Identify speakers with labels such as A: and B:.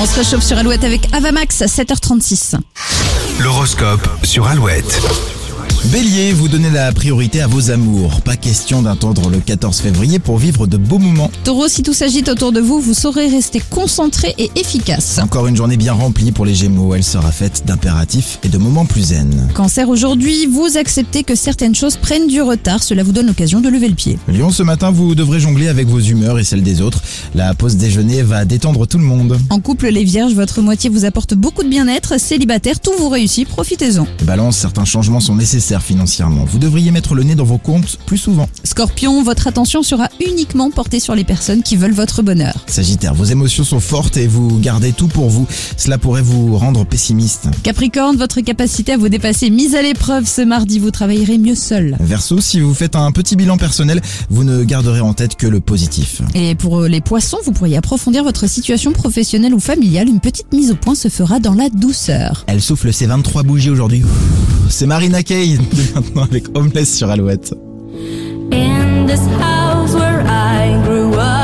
A: On se réchauffe sur Alouette avec Avamax à 7h36.
B: L'horoscope sur Alouette.
C: Bélier, vous donnez la priorité à vos amours. Pas question d'attendre le 14 février pour vivre de beaux moments.
A: Taureau, si tout s'agite autour de vous, vous saurez rester concentré et efficace.
C: Encore une journée bien remplie pour les Gémeaux. Elle sera faite d'impératifs et de moments plus zen.
A: Cancer, aujourd'hui, vous acceptez que certaines choses prennent du retard. Cela vous donne l'occasion de lever le pied.
C: Lyon, ce matin, vous devrez jongler avec vos humeurs et celles des autres. La pause déjeuner va détendre tout le monde.
A: En couple, les vierges, votre moitié vous apporte beaucoup de bien-être. Célibataire, tout vous réussit, profitez-en.
C: Balance, certains changements sont nécessaires financièrement. Vous devriez mettre le nez dans vos comptes plus souvent.
A: Scorpion, votre attention sera uniquement portée sur les personnes qui veulent votre bonheur.
C: Sagittaire, vos émotions sont fortes et vous gardez tout pour vous. Cela pourrait vous rendre pessimiste.
A: Capricorne, votre capacité à vous dépasser mise à l'épreuve ce mardi, vous travaillerez mieux seul.
C: Verseau, si vous faites un petit bilan personnel, vous ne garderez en tête que le positif.
A: Et pour euh, les poissons, vous pourriez approfondir votre situation professionnelle ou familiale. Une petite mise au point se fera dans la douceur.
C: Elle souffle ses 23 bougies aujourd'hui. C'est Marina Kaye maintenant avec Homeless sur Alouette.
D: in this house where I grew up.